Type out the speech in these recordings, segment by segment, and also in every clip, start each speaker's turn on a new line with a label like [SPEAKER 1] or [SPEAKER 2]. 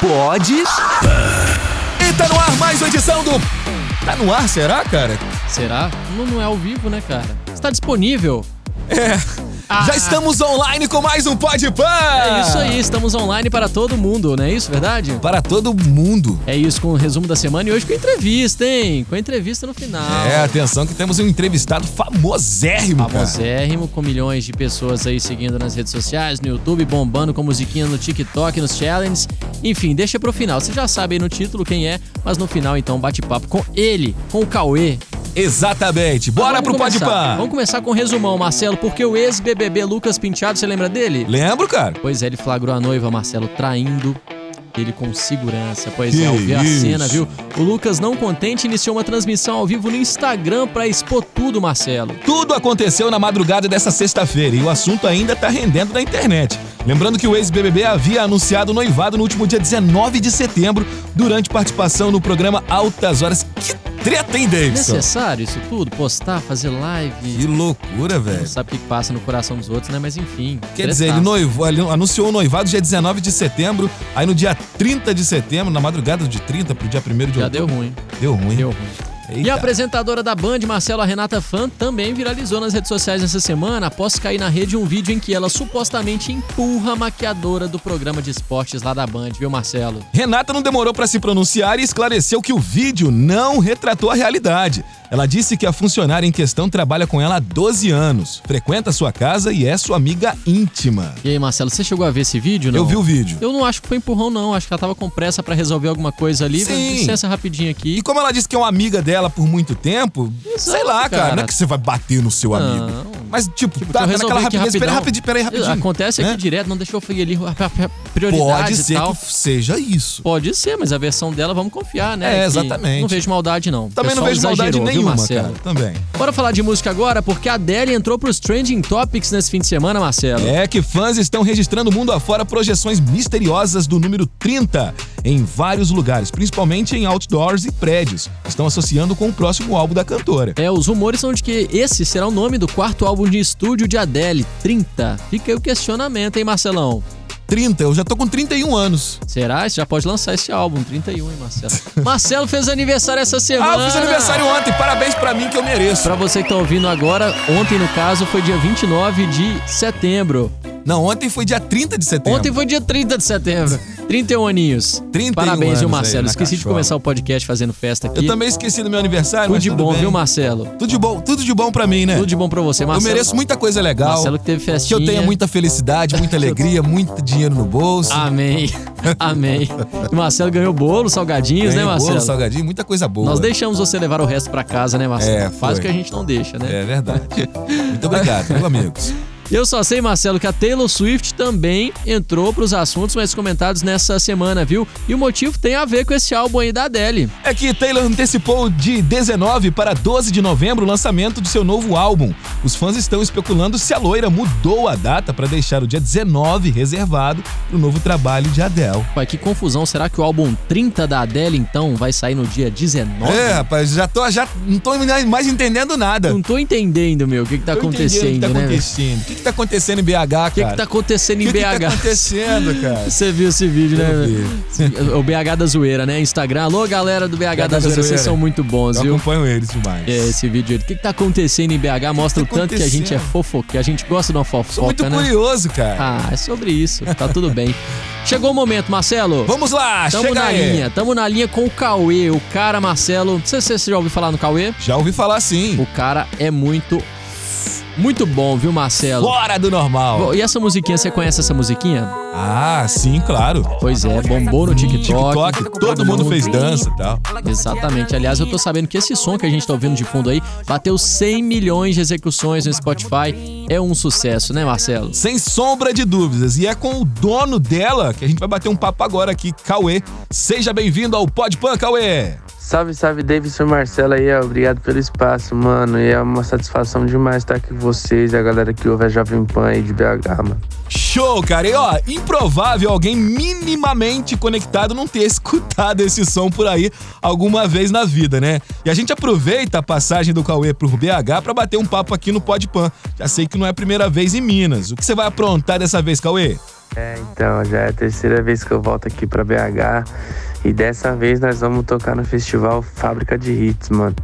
[SPEAKER 1] Pode. E tá no ar mais uma edição do. Tá no ar, será, cara?
[SPEAKER 2] Será? Não, não é ao vivo, né, cara? Está disponível.
[SPEAKER 1] É.
[SPEAKER 2] Ah.
[SPEAKER 1] Já estamos online com mais um Pode Pan!
[SPEAKER 2] É isso aí, estamos online para todo mundo, não é isso, verdade?
[SPEAKER 1] Para todo mundo.
[SPEAKER 2] É isso, com o resumo da semana e hoje com entrevista, hein? Com entrevista no final.
[SPEAKER 1] É, atenção que temos um entrevistado famosérrimo, cara.
[SPEAKER 2] Famosérrimo, com milhões de pessoas aí seguindo nas redes sociais, no YouTube, bombando com musiquinha no TikTok, nos challenges. Enfim, deixa pro final. Você já sabe aí no título quem é, mas no final, então, bate-papo com ele, com o Cauê.
[SPEAKER 1] Exatamente.
[SPEAKER 2] Então,
[SPEAKER 1] Bora
[SPEAKER 2] vamos
[SPEAKER 1] pro Pode
[SPEAKER 2] começar.
[SPEAKER 1] Pan.
[SPEAKER 2] Vamos começar com um resumão, Marcelo, porque o ex-BBB Lucas Penteado, você lembra dele?
[SPEAKER 1] Lembro, cara?
[SPEAKER 2] Pois é, ele flagrou a noiva, Marcelo, traindo ele com segurança. Pois
[SPEAKER 1] Que
[SPEAKER 2] é, ao ver a
[SPEAKER 1] isso.
[SPEAKER 2] cena, viu? O Lucas, não contente, iniciou uma transmissão ao vivo no Instagram pra expor tudo, Marcelo.
[SPEAKER 1] Tudo aconteceu na madrugada dessa sexta-feira e o assunto ainda tá rendendo na internet. Lembrando que o ex-BBB havia anunciado o noivado no último dia 19 de setembro, durante participação no programa Altas Horas. Que treta, hein, Davidson?
[SPEAKER 2] Necessário isso tudo? Postar, fazer
[SPEAKER 1] Que
[SPEAKER 2] live.
[SPEAKER 1] loucura,
[SPEAKER 2] Não
[SPEAKER 1] velho.
[SPEAKER 2] sabe o que passa no coração dos outros, né? Mas enfim.
[SPEAKER 1] Quer dizer, ele,
[SPEAKER 2] tretaço.
[SPEAKER 1] noivou, ele anunciou o noivado dia 19 de setembro, aí no dia 30 de setembro, na madrugada de 30 pro dia 1 de
[SPEAKER 2] Já
[SPEAKER 1] outubro.
[SPEAKER 2] deu ruim.
[SPEAKER 1] Deu ruim.
[SPEAKER 2] Deu ruim. E a apresentadora da Band, Marcela Renata Fan, também viralizou nas redes sociais essa semana após cair na rede um vídeo em que ela supostamente empurra a maquiadora do programa de esportes lá da Band, viu, Marcelo?
[SPEAKER 1] Renata não demorou para se pronunciar e esclareceu que o vídeo não retratou a realidade. Ela disse que a funcionária em questão trabalha com ela há 12 anos, frequenta sua casa e é sua amiga íntima.
[SPEAKER 2] E aí, Marcelo, você chegou a ver esse vídeo, não?
[SPEAKER 1] Eu vi o vídeo.
[SPEAKER 2] Eu não acho que foi empurrão, não. Acho que ela tava com pressa pra resolver alguma coisa ali.
[SPEAKER 1] Sim.
[SPEAKER 2] Mas Licença rapidinho aqui.
[SPEAKER 1] E como ela disse que é uma amiga dela por muito tempo,
[SPEAKER 2] Exato,
[SPEAKER 1] sei lá, cara,
[SPEAKER 2] cara.
[SPEAKER 1] não é que você vai bater no seu amigo.
[SPEAKER 2] Não.
[SPEAKER 1] Mas, tipo,
[SPEAKER 2] Tipo,
[SPEAKER 1] tá
[SPEAKER 2] deixa eu
[SPEAKER 1] naquela
[SPEAKER 2] resolver aqui
[SPEAKER 1] rapidez. Espera
[SPEAKER 2] rapidão.
[SPEAKER 1] rapidinho, espera aí rapidinho.
[SPEAKER 2] Acontece aqui
[SPEAKER 1] né?
[SPEAKER 2] direto, não deixou eu fui ali a- a- a prioridade
[SPEAKER 1] Pode ser
[SPEAKER 2] e tal.
[SPEAKER 1] que seja isso.
[SPEAKER 2] Pode ser, mas a versão dela vamos confiar, né?
[SPEAKER 1] É,
[SPEAKER 2] Que
[SPEAKER 1] exatamente.
[SPEAKER 2] Não vejo maldade, não. O
[SPEAKER 1] Também não
[SPEAKER 2] pessoal
[SPEAKER 1] vejo maldade
[SPEAKER 2] exagerou, viu,
[SPEAKER 1] nenhuma,
[SPEAKER 2] Marcelo?
[SPEAKER 1] cara. Também.
[SPEAKER 2] Bora falar de música agora, porque a Adele entrou pros Trending Topics nesse fim de semana, Marcelo.
[SPEAKER 1] É que fãs estão registrando mundo afora projeções misteriosas do número 30 em vários lugares, principalmente em outdoors e prédios. Estão associando com o próximo álbum da cantora.
[SPEAKER 2] É, os rumores são de que esse será o nome do quarto álbum de estúdio de Adele, 30. Fica aí o questionamento, hein, Marcelão?
[SPEAKER 1] 30, eu já tô com 31 anos.
[SPEAKER 2] Será? Você já pode lançar esse álbum, 31, hein, Marcelo? Marcelo fez aniversário essa semana.
[SPEAKER 1] Ah, eu fiz aniversário ontem, parabéns pra mim que eu mereço.
[SPEAKER 2] Pra você que tá ouvindo agora, ontem, no caso, foi dia 29 de setembro.
[SPEAKER 1] Não, ontem foi dia 30 de setembro.
[SPEAKER 2] Ontem foi dia 30 de setembro. 31 aninhos.
[SPEAKER 1] 31
[SPEAKER 2] Parabéns,
[SPEAKER 1] anos aí
[SPEAKER 2] viu, Marcelo?
[SPEAKER 1] na
[SPEAKER 2] Esqueci de
[SPEAKER 1] cachola.
[SPEAKER 2] começar o podcast fazendo festa aqui.
[SPEAKER 1] Eu também esqueci do meu aniversário,
[SPEAKER 2] Tudo
[SPEAKER 1] mas
[SPEAKER 2] de
[SPEAKER 1] tudo
[SPEAKER 2] bom,
[SPEAKER 1] bem.
[SPEAKER 2] viu, Marcelo?
[SPEAKER 1] Tudo de bom, tudo de bom pra mim, né?
[SPEAKER 2] Tudo de bom pra você,
[SPEAKER 1] eu
[SPEAKER 2] Marcelo.
[SPEAKER 1] mereço muita coisa legal.
[SPEAKER 2] Marcelo que teve
[SPEAKER 1] que
[SPEAKER 2] festinha. Ah,
[SPEAKER 1] eu tenha muita felicidade, muita alegria, muito dinheiro no bolso.
[SPEAKER 2] Amém. Amém. E Marcelo ganhou bolo, salgadinhos,
[SPEAKER 1] ganhei
[SPEAKER 2] né, Marcelo?
[SPEAKER 1] Bolo, salgadinho, muita coisa boa.
[SPEAKER 2] Nós deixamos você levar o resto pra casa, né, Marcelo?
[SPEAKER 1] É, foi.
[SPEAKER 2] Faz o que a gente não deixa, né?
[SPEAKER 1] É verdade. Muito obrigado, viu, amigos?
[SPEAKER 2] Eu só sei, Marcelo, que a Taylor Swift também entrou pros assuntos mais comentados nessa semana, viu? E o motivo tem a ver com esse álbum aí da Adele.
[SPEAKER 1] É que Taylor antecipou de 19 para 12 de novembro o lançamento do seu novo álbum. Os fãs estão especulando se a loira mudou a data para deixar o dia 19 reservado para o novo trabalho de Adele.
[SPEAKER 2] Pai, que confusão. Será que o álbum 30 da Adele, então, vai sair no dia 19?
[SPEAKER 1] É, rapaz, já tô, já não tô mais entendendo nada.
[SPEAKER 2] Não tô entendendo, meu, o que que tá
[SPEAKER 1] Tô entendendo
[SPEAKER 2] acontecendo,
[SPEAKER 1] o que tá
[SPEAKER 2] né? velho?
[SPEAKER 1] acontecendo. O que, que tá acontecendo em BH, cara? O
[SPEAKER 2] O que que tá acontecendo em
[SPEAKER 1] que
[SPEAKER 2] BH?
[SPEAKER 1] tá acontecendo, cara?
[SPEAKER 2] Você viu esse vídeo, né?
[SPEAKER 1] Eu
[SPEAKER 2] velho? O BH da Zoeira, né? Instagram. Alô, galera do BH da,
[SPEAKER 1] da
[SPEAKER 2] Zoeira,
[SPEAKER 1] Zoeira. Tá
[SPEAKER 2] vocês são muito bons,
[SPEAKER 1] Eu
[SPEAKER 2] viu?
[SPEAKER 1] acompanho eles demais.
[SPEAKER 2] É, esse vídeo. aí. O que, que tá acontecendo em BH? Mostra o
[SPEAKER 1] tá
[SPEAKER 2] tanto que a gente é
[SPEAKER 1] acontecendo?
[SPEAKER 2] fofoca, que a gente gosta de uma
[SPEAKER 1] Sou muito
[SPEAKER 2] fofoca, né?
[SPEAKER 1] curioso, cara.
[SPEAKER 2] Ah, é sobre isso. Tá tudo bem. Chegou o momento, Marcelo.
[SPEAKER 1] Vamos lá,
[SPEAKER 2] Tamo
[SPEAKER 1] chega
[SPEAKER 2] na
[SPEAKER 1] aí.
[SPEAKER 2] linha, tamo na linha com o Cauê, o cara Marcelo. Não sei se você já ouviu falar no Cauê.
[SPEAKER 1] Já ouvi falar sim.
[SPEAKER 2] O cara é muito, muito bom, viu, Marcelo?
[SPEAKER 1] Fora do normal.
[SPEAKER 2] Bom, e essa musiquinha, você conhece essa musiquinha?
[SPEAKER 1] Ah, sim, claro.
[SPEAKER 2] Pois é, bombou no TikTok.
[SPEAKER 1] TikTok, todo mundo fez dança e tal.
[SPEAKER 2] Exatamente. Aliás, eu tô sabendo que esse som que a gente tá ouvindo de fundo aí bateu 100 milhões de execuções no Spotify. É um sucesso, né, Marcelo?
[SPEAKER 1] Sem sombra de dúvidas. E é com o dono dela que a gente vai bater um papo agora aqui, Cauê. Seja bem-vindo ao Podpan, Cauê.
[SPEAKER 3] Salve, salve, Davidson e Marcelo aí, ó. Obrigado pelo espaço, mano. E é uma satisfação demais estar aqui com vocês e a galera que ouve a Jovem Pan aí de BH, mano.
[SPEAKER 1] Show, cara. E ó, improvável alguém minimamente conectado não ter escutado esse som por aí alguma vez na vida, né? E a gente aproveita a passagem do Cauê pro BH pra bater um papo aqui no Podpan. Já sei que não é a primeira vez em Minas. O que você vai aprontar dessa vez, Cauê?
[SPEAKER 3] É, então, já é a terceira vez que eu volto aqui pra BH e dessa vez nós vamos tocar no festival Fábrica de Hits, mano.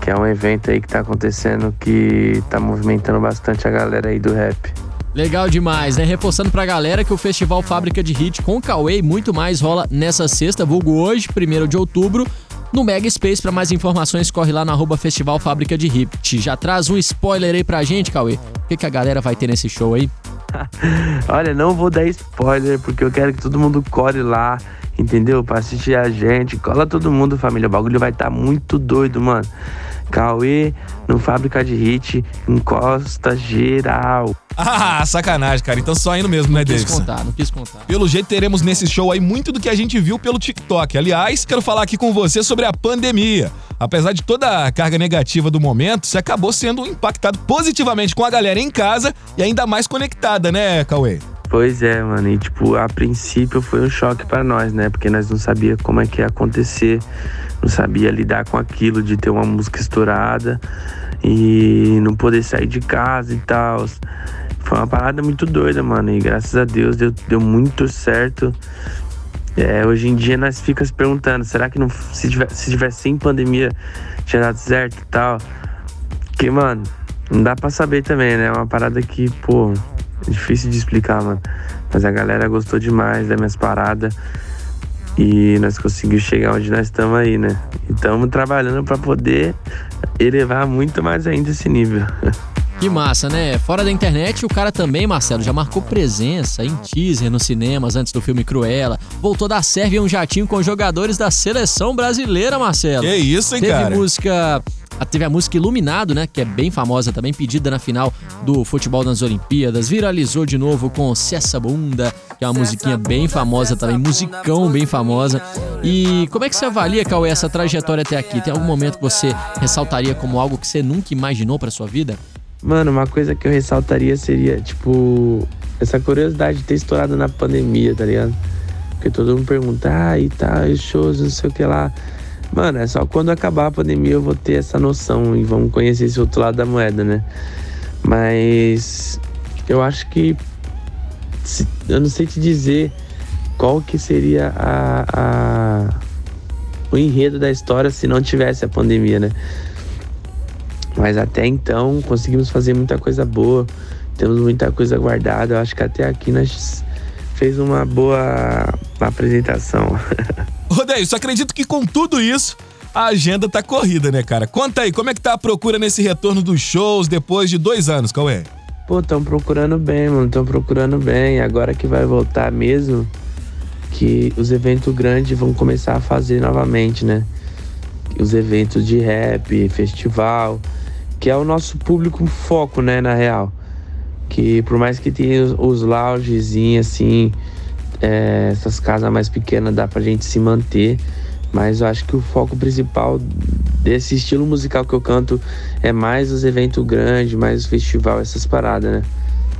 [SPEAKER 3] Que é um evento aí que tá acontecendo que tá movimentando bastante a galera aí do rap.
[SPEAKER 2] Legal demais, né? Reforçando pra galera que o Festival Fábrica de Hit com Cauê e muito mais rola nessa sexta, vulgo hoje, 1 de outubro, no Mega Space. Pra mais informações, corre lá na arroba Festival Fábrica de Hit. Já traz um spoiler aí pra gente, Cauê. O que, que a galera vai ter nesse show aí?
[SPEAKER 3] Olha, não vou dar spoiler, porque eu quero que todo mundo corre lá, entendeu? Pra assistir a gente. Cola todo mundo, família. O bagulho vai estar tá muito doido, mano. Cauê no Fábrica de Hit, encosta geral.
[SPEAKER 1] Ah, sacanagem, cara. Então só indo mesmo, né,
[SPEAKER 2] Não quis
[SPEAKER 1] Davidson?
[SPEAKER 2] contar, não quis contar.
[SPEAKER 1] Pelo jeito, teremos nesse show aí muito do que a gente viu pelo TikTok. Aliás, quero falar aqui com você sobre a pandemia. Apesar de toda a carga negativa do momento, você acabou sendo impactado positivamente com a galera em casa e ainda mais conectada, né, Cauê?
[SPEAKER 3] Pois é, mano. E, tipo, a princípio foi um choque pra nós, né? Porque nós não sabia como é que ia acontecer, não sabia lidar com aquilo de ter uma música estourada e não poder sair de casa e tal. Foi uma parada muito doida, mano. E graças a Deus deu, deu muito certo. É, hoje em dia nós fica se perguntando, será que não, se tivesse, se tivesse sem pandemia tinha dado certo e tal? Porque, mano, não dá pra saber também, né? É uma parada que, pô, é difícil de explicar, mano. Mas a galera gostou demais das minhas paradas. E nós conseguimos chegar onde nós estamos aí, né? E estamos trabalhando pra poder elevar muito mais ainda esse nível.
[SPEAKER 2] Que massa, né? Fora da internet, o cara também, Marcelo, já marcou presença em teaser nos cinemas antes do filme Cruella. Voltou da Sérvia em um jatinho com os jogadores da seleção brasileira, Marcelo.
[SPEAKER 1] Que isso, hein,
[SPEAKER 2] teve
[SPEAKER 1] cara?
[SPEAKER 2] música. ah, Teve a música Iluminado, né? Que é bem famosa também, pedida na final do futebol nas Olimpíadas. Viralizou de novo com Cessa Bunda, que é uma musiquinha bem famosa também, musicão bem famosa. E como é que você avalia, Cauê, essa trajetória até aqui? Tem algum momento que você ressaltaria como algo que você nunca imaginou pra sua vida?
[SPEAKER 3] Mano, uma coisa que eu ressaltaria seria, tipo, essa curiosidade de ter estourado na pandemia, tá ligado? Porque todo mundo pergunta, ah, e tal, e os shows, não sei o que lá. Mano, é só quando acabar a pandemia eu vou ter essa noção e vamos conhecer esse outro lado da moeda, né? Mas eu acho que. se- eu não sei te dizer qual que seria a- a, o enredo da história se não tivesse a pandemia, né? Mas até então conseguimos fazer muita coisa boa, temos muita coisa guardada. Eu acho que até aqui nós fez uma boa apresentação.
[SPEAKER 1] Ô, Davidson, acredito que com tudo isso, a agenda tá corrida, né, cara? Conta aí, como é que tá a procura nesse retorno dos shows depois de dois anos, Cauê?
[SPEAKER 3] Pô, estão procurando bem, mano, estão procurando bem. Agora que vai voltar mesmo, que os eventos grandes vão começar a fazer novamente, né? Os eventos de rap, festival, que é o nosso público foco, né, na real. Que por mais que tenha os- os loungezinhos, assim, é, essas casas mais pequenas, dá pra gente se manter. Mas eu acho que o foco principal desse estilo musical que eu canto é mais os eventos grandes, mais o festival, essas paradas, né?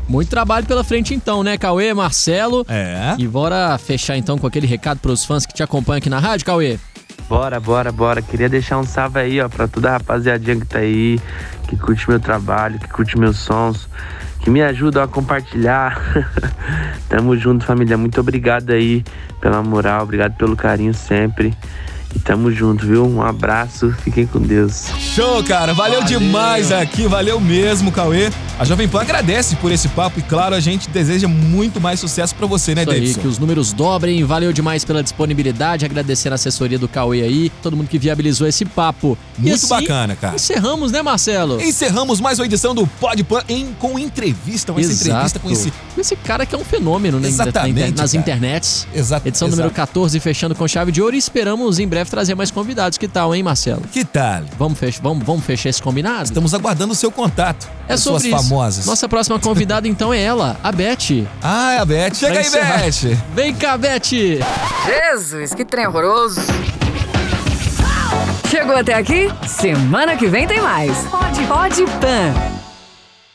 [SPEAKER 2] Muito trabalho pela frente então, né, Cauê, Marcelo?
[SPEAKER 1] É.
[SPEAKER 2] E bora fechar então com aquele recado pros fãs que te acompanham aqui na rádio, Cauê.
[SPEAKER 3] Bora, bora, bora. Queria deixar um salve aí, ó, pra toda a rapaziadinha que tá aí, que curte meu trabalho, que curte meus sons, que me ajuda a compartilhar. tamo junto, família. Muito obrigado aí pela moral, obrigado pelo carinho sempre. E tamo junto, viu? Um abraço, fiquem com Deus.
[SPEAKER 1] Show, cara. Valeu,
[SPEAKER 2] Valeu.
[SPEAKER 1] demais aqui. Valeu mesmo, Cauê. A Jovem Pan agradece por esse papo e, claro, a gente deseja muito mais sucesso pra você, né,
[SPEAKER 2] Isso aí, que
[SPEAKER 1] Davidson?
[SPEAKER 2] os números dobrem. Valeu demais pela disponibilidade, agradecer a assessoria do Cauê aí, todo mundo que viabilizou esse papo. E
[SPEAKER 1] Muito
[SPEAKER 2] assim,
[SPEAKER 1] bacana, cara.
[SPEAKER 2] Encerramos, né, Marcelo?
[SPEAKER 1] Encerramos mais uma edição do Pod Pan em, com entrevista, com essa entrevista com esse.
[SPEAKER 2] Com esse cara que é um fenômeno né, da- da
[SPEAKER 1] Exatamente,
[SPEAKER 2] inter- nas
[SPEAKER 1] cara.
[SPEAKER 2] internets.
[SPEAKER 1] Exato.
[SPEAKER 2] Edição
[SPEAKER 1] exato.
[SPEAKER 2] número 14, fechando com chave de ouro. E esperamos em breve trazer mais convidados. Que tal, hein, Marcelo?
[SPEAKER 1] Que tal?
[SPEAKER 2] Vamos, fech vamos, vamos fechar esse combinado?
[SPEAKER 1] Estamos aguardando o seu contato.
[SPEAKER 2] É
[SPEAKER 1] Pessoas
[SPEAKER 2] sobre isso.
[SPEAKER 1] famosas.
[SPEAKER 2] Nossa próxima convidada então é ela, a Beth.
[SPEAKER 1] Ah, é a Beth. Chega
[SPEAKER 2] Pra
[SPEAKER 1] aí,
[SPEAKER 2] encerrar.
[SPEAKER 1] Beth.
[SPEAKER 2] Vem cá, Beth!
[SPEAKER 4] Jesus, que trem horroroso. Chegou até aqui? Semana que vem tem mais. Pode, pode, pan.